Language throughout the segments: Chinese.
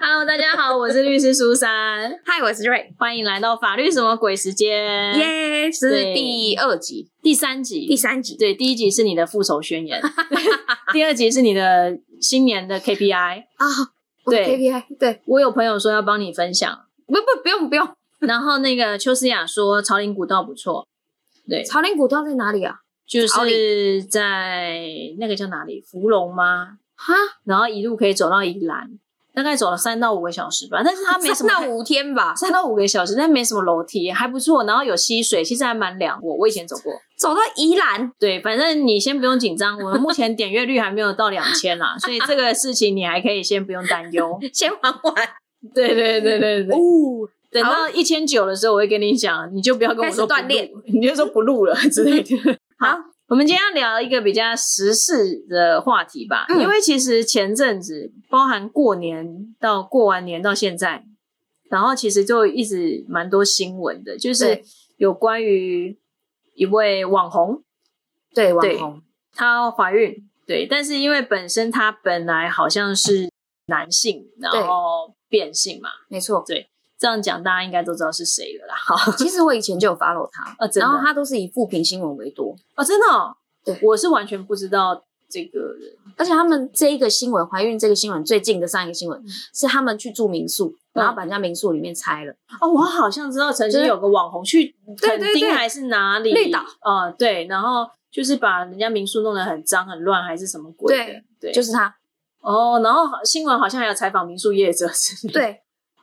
Hello，大家好，我是律师苏珊，嗨，我是瑞，欢迎来到法律什么鬼时间耶，这对是第二集，第三集。第三集，对，第一集是你的复仇宣言， 第二集是你的新年的 KPI。啊，我对 KPI，对，我有朋友说要帮你分享，不不不用不用，然后那个邱思雅说朝林古道不错，对，朝林古道在哪里啊？就朝是在那个叫哪里，芙蓉吗？哈，然后一路可以走到宜兰，大概走了三到五个小时吧，但是它没什么那太五天吧，三到五个小时，但没什么楼梯，还不错。然后有溪水，其实还蛮凉。我我以前走过，走到宜兰，对，反正你先不用紧张。我们目前点阅率还没有到两千啦，所以这个事情你还可以先不用担忧。先玩完，对对对对对，哦，等到一千九的时候，我会跟你讲，你就不要跟我说不开始锻炼录，你就说不 录了之类的。好，我们今天要聊一个比较时事的话题吧，嗯因为其实前阵子，包含过年到过完年到现在，然后其实就一直蛮多新闻的，就是对有关于一位网红对，网对红，她怀孕，对，但是因为本身她本来好像是男性，然对后变性嘛，没错，这样讲大家应该都知道是谁了啦。好，其实我以前就有 follow 他，啊，真然的后他都是以负评新闻为多，哦，真的、哦，对我是完全不知道这个人。而且他们这一个新闻，怀孕这个新闻最近的上一个新闻是他们去住民宿，嗯然后把人家民宿里面拆了，哦，我好像知道曾经有个网红去对垦对丁对还是哪里绿岛，呃，对，然后就是把人家民宿弄得很脏很乱，还是什么鬼的？对对，就是他，哦，然后新闻好像还有采访民宿业者之类的，对，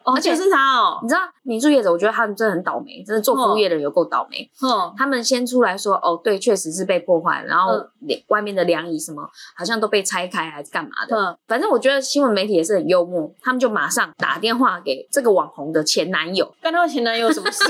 哦，而且就是他哦你，知道民宿业者，我觉得他们真的很倒霉，真的做服务业的人有够倒霉。哦，他们先出来说，哦，对，确实是被破坏，然后嗯连外面的凉椅什么好像都被拆开还是干嘛的。 嗯，反正我觉得新闻媒体也是很幽默，他们就马上打电话给这个网红的前男友， 跟他前男友有什么事？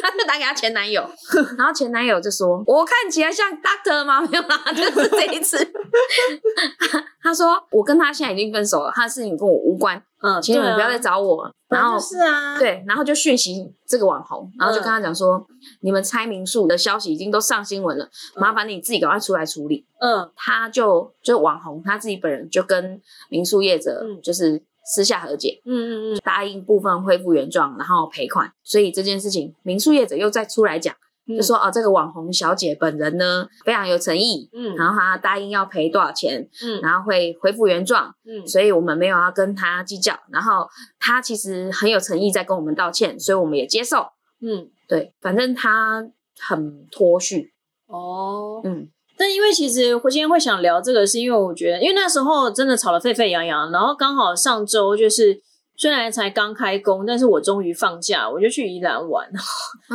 他就打给他前男友， 然后前男友就说：“我看起来像 Doctor 吗？ 没有啦，就是这一次。 他”他说：“我跟他现在已经分手了，他的事情跟我无关， 嗯，请你们不要再对啊，找我了。然后就是啊，，对，然后就讯息这个网红，然嗯后就跟他讲说，你们猜民宿的消息已经都上新闻了，嗯麻烦你自己赶快出来处理。嗯他就就网红他自己本人就跟民宿业者嗯就是私下和解，嗯嗯答应部分恢复原状，然后赔款。所以这件事情，民宿业者又再出来讲，嗯，就说哦，这个网红小姐本人呢非常有诚意。嗯，嗯然后她答应要赔多少钱，嗯然后会恢复原状，嗯所以我们没有要跟他计较。然后他其实很有诚意在跟我们道歉，所以我们也接受。嗯，对，反正他很脱序，哦，嗯，但因为其实我今天会想聊这个，是因为我觉得，因为那时候真的吵得沸沸扬扬，然后刚好上周就是虽然才刚开工，但是我终于放假，我就去宜兰玩。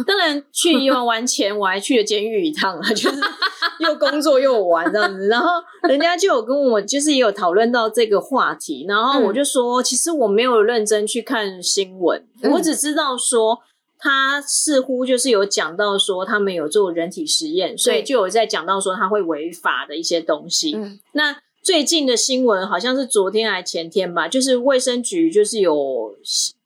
当然去宜兰玩前，我还去了监狱一趟了，就是 又工作又玩这样子。然后人家就有跟我，就是也有讨论到这个话题，然后我就说，其实我没有认真去看新闻，嗯我只知道说。他似乎就是有讲到说他们有做人体实验，所以就有在讲到说他会违法的一些东西。嗯那最近的新闻好像是昨天还前天吧，就是卫生局就是有，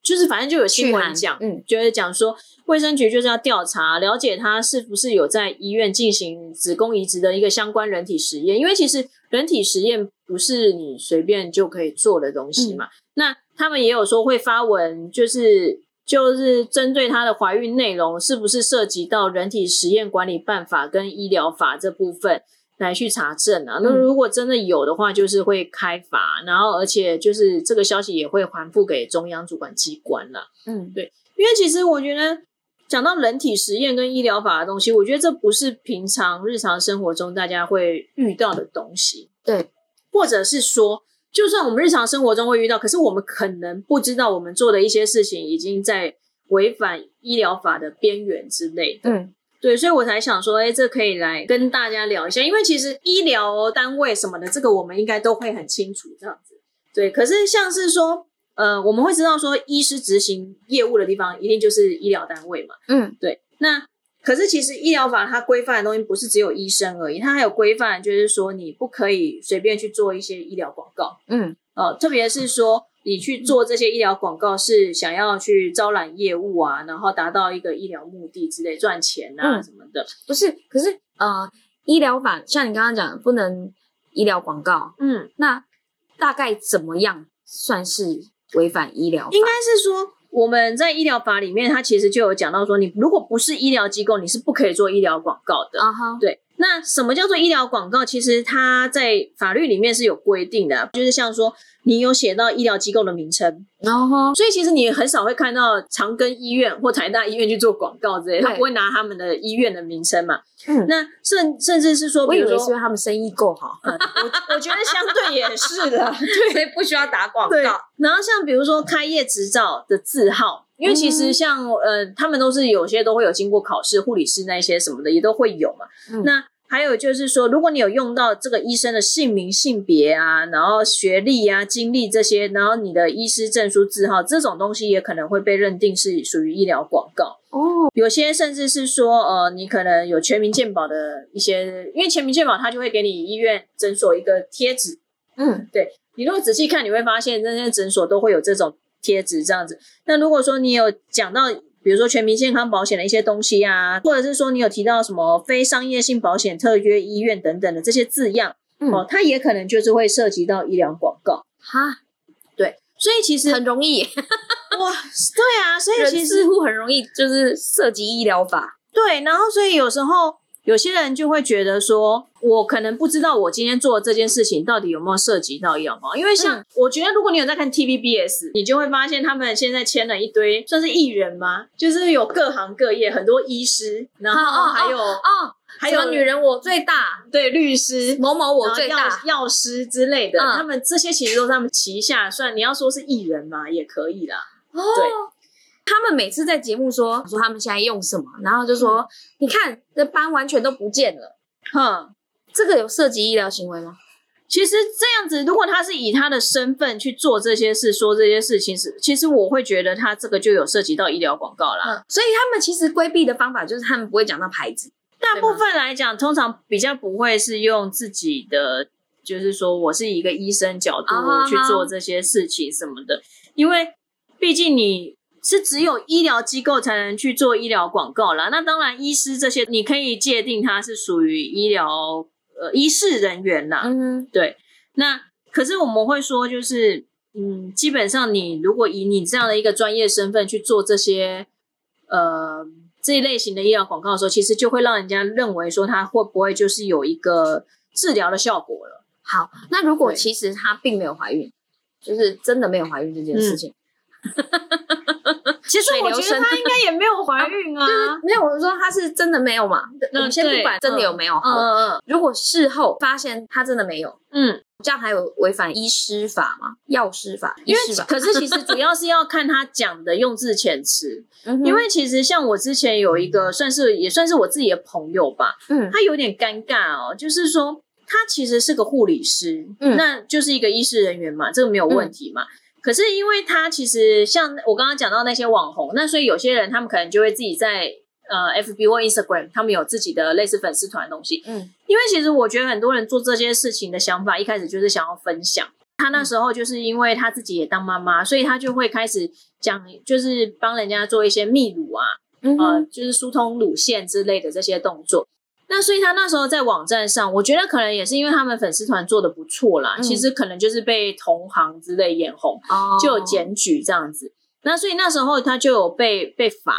就是反正就有新去闻韩讲，嗯，就是讲说卫生局就是要调查了解他是不是有在医院进行子宫移植的一个相关人体实验，因为其实人体实验不是你随便就可以做的东西嘛。那他们也有说会发文，就是。就是针对她的怀孕内容是不是涉及到人体实验管理办法跟医疗法这部分来去查证啊？那嗯如果真的有的话，就是会开罚，然后而且就是这个消息也会还付给中央主管机关啦。嗯，因为其实我觉得讲到人体实验跟医疗法的东西，我觉得这不是平常日常生活中大家会遇到的东西，对，或者是说，就算我们日常生活中会遇到，可是我们可能不知道我们做的一些事情已经在违反医疗法的边缘之类的。嗯，对，所以我才想说，哎，这可以来跟大家聊一下，因为其实医疗哦单位什么的，这个我们应该都会很清楚这样子。对，可是像是说，呃，我们会知道说，医师执行业务的地方一定就是医疗单位嘛。嗯，对，那可是其实医疗法它规范的东西不是只有医生而已，它还有规范，就是说你不可以随便去做一些医疗广告。嗯，呃，特别是说你去做这些医疗广告是想要去招揽业务啊，然后达到一个医疗目的之类，赚钱啊嗯什么的。不是，可是呃，医疗法像你刚刚讲的，不能医疗广告，嗯，那大概怎么样算是违反医疗法。应该是说我们在医疗法里面，它其实就有讲到说，你如果不是医疗机构，你是不可以做医疗广告的。啊哈，对，那什么叫做医疗广告？其实它在法律里面是有规定的啊，就是像说你有写到医疗机构的名称，然后所以其实你很少会看到长庚医院或台大医院去做广告之类，对他不会拿他们的医院的名称嘛。嗯那甚甚至是说，我比以如为是因说，啊为他们生意够好，我我觉得相对也是的，所以不需要打广对告。。然后像比如说开业执照的字号，因为其嗯实像、呃，他们都是有些都会有经过考试，护理师那一些什么的也都会有嘛。嗯那还有就是说，如果你有用到这个医生的姓名、性别啊，然后学历啊、经历这些，然后你的医师证书字号这种东西，也可能会被认定是属于医疗广告。哦，有些甚至是说，呃，你可能有全民健保的一些，因为全民健保它就会给你医院诊所一个贴纸，嗯，你如果仔细看，你会发现那些诊所都会有这种贴纸这样子。那如果说你有讲到，比如说全民健康保险的一些东西啊，或者是说你有提到什么非商业性保险特约医院等等的这些字样，嗯哦，它也可能就是会涉及到医疗广告。哈，所以其实很容易耶，哇，对啊，所以人其事实物很容易就是涉及医疗法。对，然后所以有时候。有些人就会觉得说，我可能不知道我今天做的这件事情到底有没有涉及到医疗广告，因为像、嗯我觉得，如果你有在看 TVBS，你就会发现他们现在签了一堆算是艺人吗？就是有各行各业很多医师，然哦后哦还有、哦，还什有么女人我最大，对律师。某某我然后最药大。药师之类的，嗯他们这些其实都是他们旗下，虽然你要说是艺人嘛，也可以啦。哦对，他们每次在节目说说他们现在用什么，然后就说、你看这斑完全都不见了，哼，这个有涉及医疗行为吗？其实这样子，如果他是以他的身份去做这些事、说这些事情，是其实我会觉得他这个就有涉及到医疗广告啦。嗯，所以他们其实规避的方法就是他们不会讲到牌子。大对吗部分来讲，通常比较不会是用自己的，就是说我是以一个医生角度啊哈哈去做这些事情什么的因为毕竟你是只有医疗机构才能去做医疗广告啦。那当然，医师这些你可以界定它是属于医疗呃医事人员啦，嗯，对，那可是我们会说，就是嗯，基本上你如果以你这样的一个专业身份去做这些呃这一类型的医疗广告的时候，其实就会让人家认为说它会不会就是有一个治疗的效果了。好，那如果对其实她并没有怀孕，就是真的没有怀孕这件事情，其实水我流觉得深她应该也没有怀孕 啊。没有，我说她是真的没有嘛，我们先不管真的有没有。好了嗯嗯如果事后发现她真的没有，嗯，这样还有违反医师法吗？药师法，因为医师法，可是其实主要是要看他讲的用字遣词，嗯哼因为其实像我之前有一个算是也算是我自己的朋友吧，嗯他有点尴尬哦，就是说他其实是个护理师，嗯那就是一个医师人员嘛，这个没有问题嘛。可是因为他其实像我刚刚讲到那些网红，那所以有些人他们可能就会自己在呃 FB 或 Instagram，他们有自己的类似粉丝团的东西。嗯因为其实我觉得很多人做这些事情的想法，一开始就是想要分享。他那时候就是因为他自己也当妈妈，所以他就会开始讲，就是帮人家做一些泌乳啊，嗯呃，哼就是疏通乳腺之类的这些动作。那所以他那时候在网站上，我觉得可能也是因为他们粉丝团做的不错啦，嗯其实可能就是被同行之类眼红，哦就有检举这样子。那所以那时候他就有被被罚，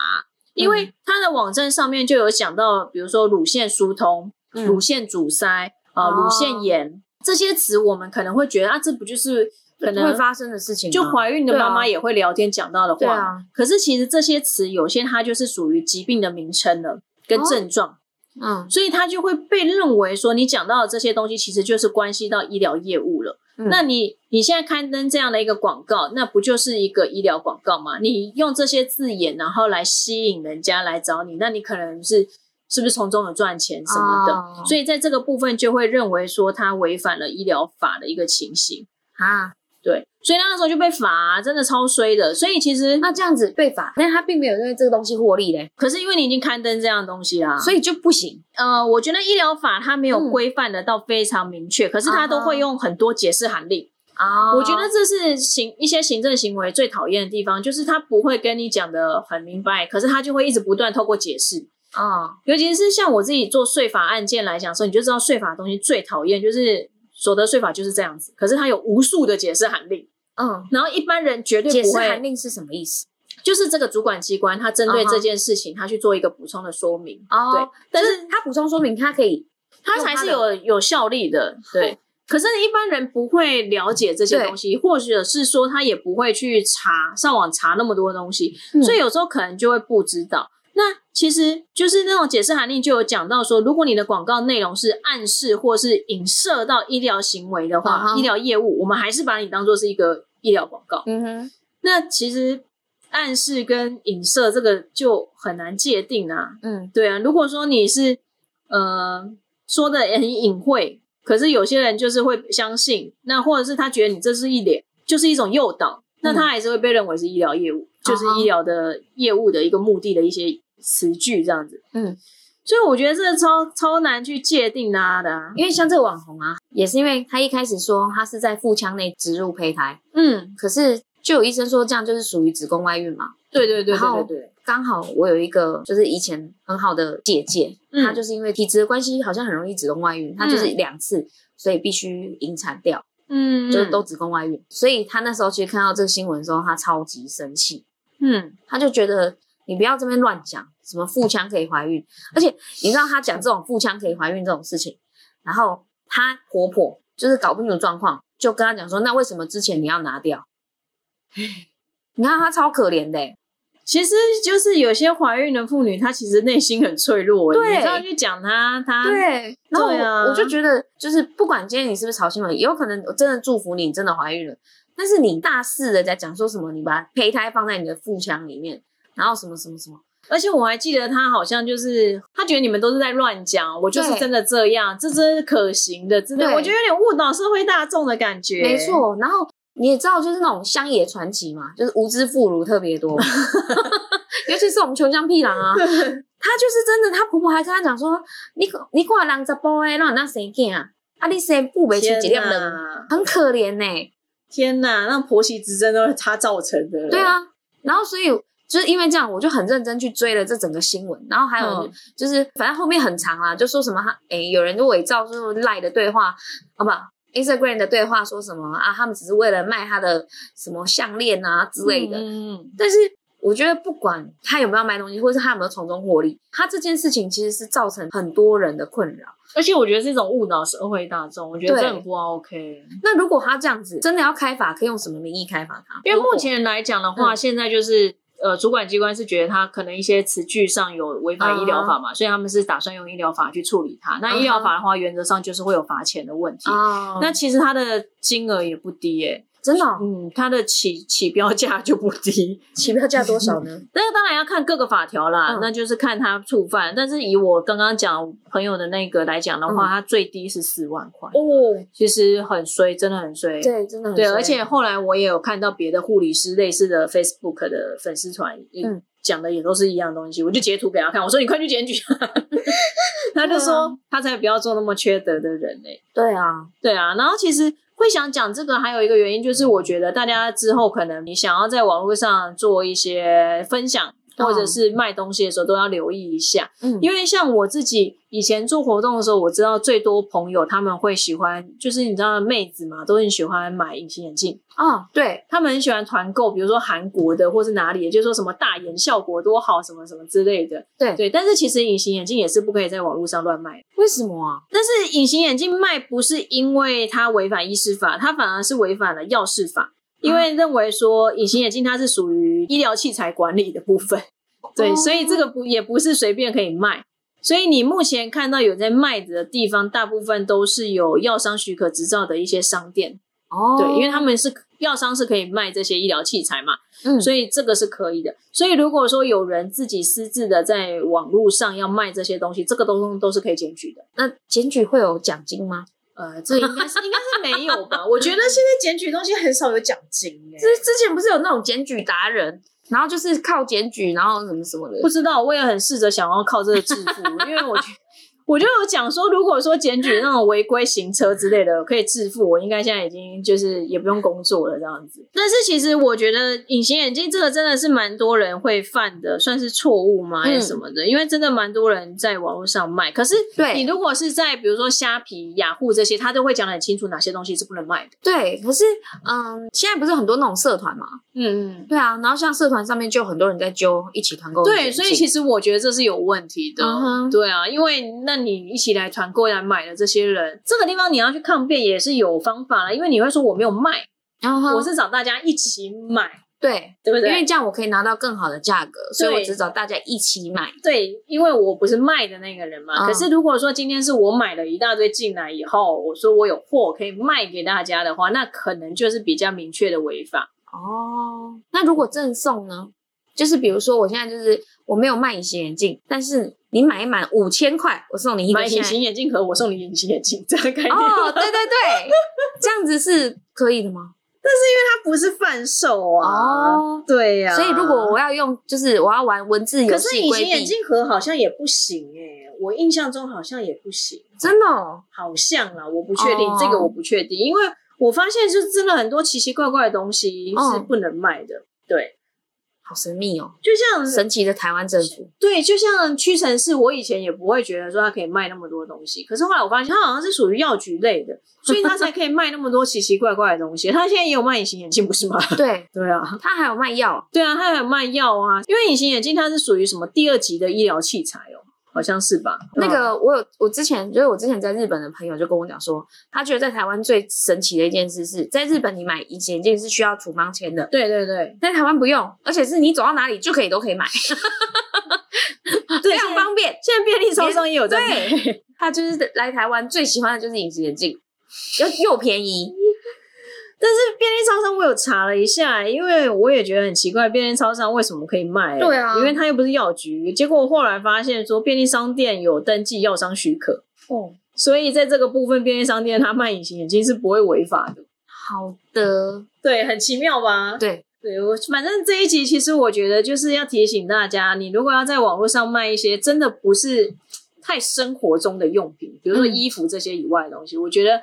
因嗯为他的网站上面就有讲到，比如说乳腺疏通、嗯乳腺阻塞啊、呃哦乳腺炎这些词，我们可能会觉得啊，这不就是可能会发生的事情啊，就怀孕的妈对啊妈也会聊天讲到的对话嘛，啊，可是其实这些词有些它就是属于疾病的名称了，跟哦症状，嗯所以它就会被认为说你讲到的这些东西其实就是关系到医疗业务了。嗯那你你现在刊登这样的一个广告，那不就是一个医疗广告吗？你用这些字眼，然后来吸引人家来找你，那你可能是是不是从中有赚钱什么的？哦所以在这个部分就会认为说它违反了医疗法的一个情形。啊，对，所以他那时候就被罚、啊真的超衰的。所以其实那这样子被罚，但他并没有因为这个东西获利嘞，可是因为你已经刊登这样的东西啦，所以就不行。呃，我觉得医疗法它没有嗯规范的到非常明确，可是它都啊哈会用很多解释函令。啊我觉得这是行一些行政行为最讨厌的地方，就是他不会跟你讲的很明白，可是他就会一直不断透过解释。啊，尤其是像我自己做税法案件来讲的时候，你就知道税法的东西最讨厌就是所得税法就是这样子，可是它有无数的解释函令。嗯，然后一般人绝对解不释会函，令是什么意思？就是这个主管机关他针对嗯哼这件事情，他去做一个补充的说明，哦，但但是是他补充说明，他可以它才是有有效力的。对， 可是一般人不会了解这些对东西，或者是说他也不会去查上网查那么多东西，嗯所以有时候可能就会不知道。那其实就是那种解释函令就有讲到说，如果你的广告内容是暗示或是影射到医疗行为的话啊哈医疗业务，我们还是把你当做是一个医疗广告。嗯哼，那其实暗示跟影射这个就很难界定啊。嗯对啊，如果说你是呃说的很隐晦，可是有些人就是会相信，那或者是他觉得你这是一点就是一种诱导，嗯那他还是会被认为是医疗业务，就是啊哈医疗的业务的一个目的的一些词句这样子。嗯，所以我觉得这超超难去界定他的、啊。因为像这个网红啊，也是因为他一开始说他是在腹腔内植入胚胎，嗯，可是就有医生说这样就是属于子宫外孕嘛。对对对然后对对对，刚好我有一个就是以前很好的姐姐，嗯她就是因为体质的关系，好像很容易子宫外孕，她就是两次，所以必须引产掉，嗯，就是都子宫外孕。所以她那时候其实看到这个新闻的时候，她超级生气，嗯她就觉得你不要这边乱讲，什么腹腔可以怀孕，而且你知道她讲这种腹腔可以怀孕这种事情，然后她婆婆就是搞不清楚状况，就跟她讲说，那为什么之前你要拿掉？你看她超可怜的欸、其实就是有些怀孕的妇女，她其实内心很脆弱，欸对你这样去讲她，她对，然后我,、对啊我就觉得，就是不管今天你是不是炒新闻，也有可能我真的祝福你，你真的怀孕了，但是你大肆的在讲说什么，你把胚胎放在你的腹腔里面，然后什么什么什么，而且我还记得他好像就是，他觉得你们都是在乱讲，我就是对真的这样，这真是可行的之类，对我觉得有点误导社会大众的感觉。没，错。然后你也知道，就是那种乡野传奇嘛，就是无知妇孺特别多， 尤其是我们穷乡僻 壤啊。她就是真的，她婆婆还跟她讲说，你你挂人十波诶，让那谁见啊？啊，你谁不为起几天两人，哪，很可怜呢、天哪，那婆媳之争都是他造成的。对，啊，然后所以就是因为这样，我就很认真去追了这整个新闻，然后还有嗯就是、反正后面很长啦，就说什么他诶、有人就伪造就是赖的对话，好不好？Instagram 的对话说什么啊？他们只是为了卖他的什么项链啊之类的。嗯，但是我觉得，不管他有没有卖东西，或者是他有没有从中获利，他这件事情其实是造成很多人的困扰。而且我觉得是一种误导社会大众，我觉得对这很不 OK。那如果他这样子真的要开罚，可以用什么名义开罚他？因为如目果嗯前来讲的话，现在就是。呃，主管机关是觉得他可能一些词句上有违反医啊疗法嘛所以他们是打算用医疗法去处理他。那医疗法的话原则上就是会有罚钱的问题。哦，那其实它的金额也不低耶、真的、哦、嗯，它的起起标价就不低，起标价多少 呢？但是当然要看各个法条啦，嗯那就是看他触犯。但是以我刚刚讲朋友的那个来讲的话，嗯它最低是四万块，哦，其实很衰，真的很衰。对，真的很对，衰而且后来我也有看到别的护理师类似的 Facebook 的粉丝团，也嗯讲的也都是一样东西，我就截图给他看，我说你快去检举他， 他啊就说、他才不要做那么缺德的人嘞、对啊，对啊，然后其实会想讲这个，还有一个原因就是，我觉得大家之后可能你想要在网络上做一些分享。嗯或者是卖东西的时候都要留意一下，嗯因为像我自己以前做活动的时候，我知道最多朋友他们会喜欢，就是你知道妹子嘛，都很喜欢买隐形眼镜，哦，对，他们很喜欢团购，比如说韩国的或是哪里的，就是说什么大眼效果多好，什么什么之类的。对对，但是其实隐形眼镜也是不可以在网络上乱卖的为什么啊？但是隐形眼镜卖不是因为它违反医师法，它反而是违反了药师法，因为认为说隐形眼镜它是属于医疗器材管理的部分，对，哦所以这个不也不是随便可以卖。所以你目前看到有在卖的地方，大部分都是有药商许可执照的一些商店，哦，对，因为他们是药商是可以卖这些医疗器材嘛，嗯，所以这个是可以的。所以如果说有人自己私自的在网络上要卖这些东西，这个东西都是可以检举的。那检举会有奖金吗？呃，这应该是应该是没有吧？我觉得现在检举东西很少有奖金哎、之之前不是有那种检举达人，然后就是靠检举，然后什么什么 的不，知道，我也很试着想要靠这个致富，因为我觉我就有讲说，如果说检举那种违规行车之类的可以致富，我应该现在已经就是也不用工作了这样子。但是其实我觉得隐形眼镜这个真的是蛮多人会犯的，算是错误吗还是什么的？因为真的蛮多人在网络上卖，可是对你如果是在比如说虾皮、雅虎这些，他都会讲得很清楚哪些东西是不能卖的。对，可是嗯，现在不是很多那种社团嘛？嗯嗯。对啊，然后像社团上面就有很多人在揪一起团购眼镜。对，所以其实我觉得这是有问题的。嗯哼对啊，因为那你一起来团购来买的这些人，这个地方你要去抗辩也是有方法啦，因为你会说我没有卖，嗯哼我是找大家一起买，对，对不对？因为这样我可以拿到更好的价格，所以我对只找大家一起买。对，因为我不是卖的那个人嘛。嗯可是如果说今天是我买了一大堆进来以后，我说我有货可以卖给大家的话，那可能就是比较明确的违法。哦，那如果赠送呢？就是比如说，我现在就是我没有卖隐形眼镜，但是你买一满五千块，我送你一个买现隐在形眼镜盒，我送你隐形眼镜，这样的概念。 哦，对对对，这样子是可以的吗？它不是贩售啊。哦，对呀、所以如果我要用，就是我要玩文字游可是戏隐规形眼避，镜盒好像也不行哎、我印象中好像也不行。真的、哦，好像啦，我不确定，哦这个我不确定，因为我发现就是真的很多奇奇怪怪的东西是嗯不能卖的。对，好神秘哦，就像神奇的台湾政府。对，就像屈臣氏，我以前也不会觉得说它可以卖那么多东西，可是后来我发现它好像是属于药局类 的，所以它才可以卖那么多奇奇怪怪的东西。它现在也有卖隐形眼镜，不 是吗？对，对啊，他还有卖药，对啊，它还有卖药啊，因为隐形眼镜它是属于什么第二级的医疗器材哦，好像是吧？那嗯个我有，我之前就是我之前在日本的朋友就跟我讲说，他觉得在台湾最神奇的一件事是在日本你买隐形眼镜是需要处方签的，对对对，在台湾不用，而且是你走到哪里就可以都可以买，非常方便。现在便利超商也有在卖。对，他就是来台湾最喜欢的就是隐形眼镜，又又便宜。但是 便利超商我有查了一下，因为我也觉得很奇怪，便利超商为什么可以卖？对啊因为它又不是药局。结果我后来发现说，便利商店有登记药商许可，哦，所以在这个部分，便利商店它卖隐形眼镜是不会违法的。好的，对，很奇妙吧？对，对我反正这一集其实我觉得就是要提醒大家，你如果要在网络上卖一些真的不是太生活中的用品，比如说嗯衣服这些以外的东西，我觉得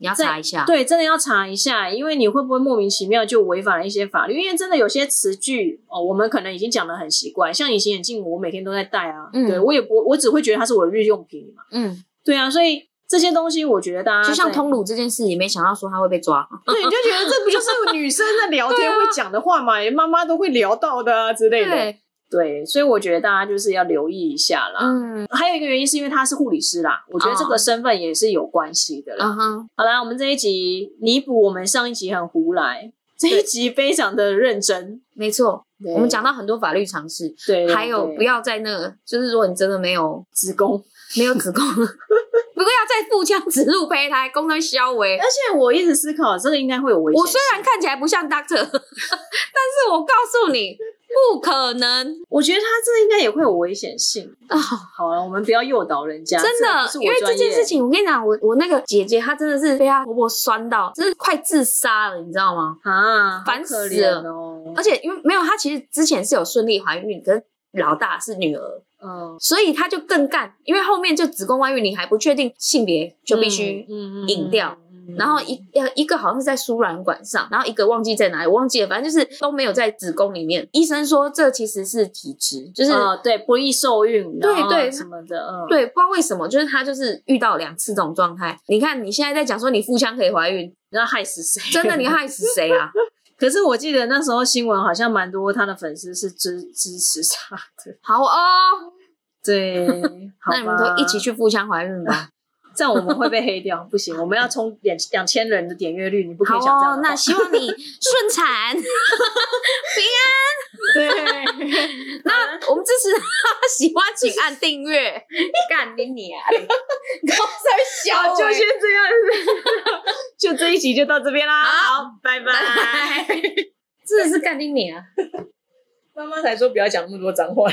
你要查一下。对，真的要查一下，因为你会不会莫名其妙就违反了一些法律？因为真的有些词句哦，我们可能已经讲的很习惯，像隐形眼镜，我每天都在戴啊，嗯对我也不，我只会觉得它是我的日用品嘛，嗯，对啊，所以这些东西我觉得大家就像在通乳这件事，你没想到说他会被抓。对，你就觉得这不就是女生在聊 天会讲的话嘛，妈妈都会聊到的啊之类的，啊对，对，所以我觉得大家就是要留意一下啦。嗯还有一个原因是因为她是护理师啦，我觉得这个哦身份也是有关系的啦。嗯哼，好啦，我们这一集弥补我们上一集很胡来，这一集非常的认真。没错。对我们讲到很多法律常识，对，对还有对不要在那个，就是如果你真的没有子宫，没有子宫， 不过要在腹腔植入胚胎，功能消微而。且我一直思考这个应该会有危险。我虽然看起来不像 doctor，但 是我告诉你，不可能我觉得它这应该也会有危险性。啊、好了，我们不要诱导人家，真这的不是，我因为这专件业事，情，我跟你讲，我我那个姐姐她真的是被她婆婆酸到，真是快自杀了，你知道吗？啊，好烦可死怜了哦。而且因为没有她，其实之前是有顺利怀孕，可是老大是女儿，嗯，所以她就更干，因为后面就子宫外孕，你还不确定性别，就必须。嗯引掉，嗯嗯然后一呃一个好像是在输卵管上，然后一个忘记在哪里，我忘记了，反正就是都没有在子宫里面。医生说这其实是体质，就是呃，对，不易受孕，对然后对什么的，嗯，对，不知道为什么，就是他就是遇到两次这种状态。你看你现在在讲说你腹腔可以怀孕，然后害死谁？真的你害死谁啊？可是我记得那时候新闻好像蛮多他的粉丝是支支持他的，好 哦， 对，好那你们吧都一起，去腹腔怀孕吧。这样我们会被黑掉，不行，我们要冲两两千人的点阅率，你不可好以想这哦样，的话。那希望你 顺产。对， 啊那我们支持他，喜欢请按订 阅。干你你啊！你高三好，小哦就 就是先这样子， 就这一集就到这边啦，好好，拜拜。拜拜，真的是干你你啊！妈妈才说不要讲那么多脏话。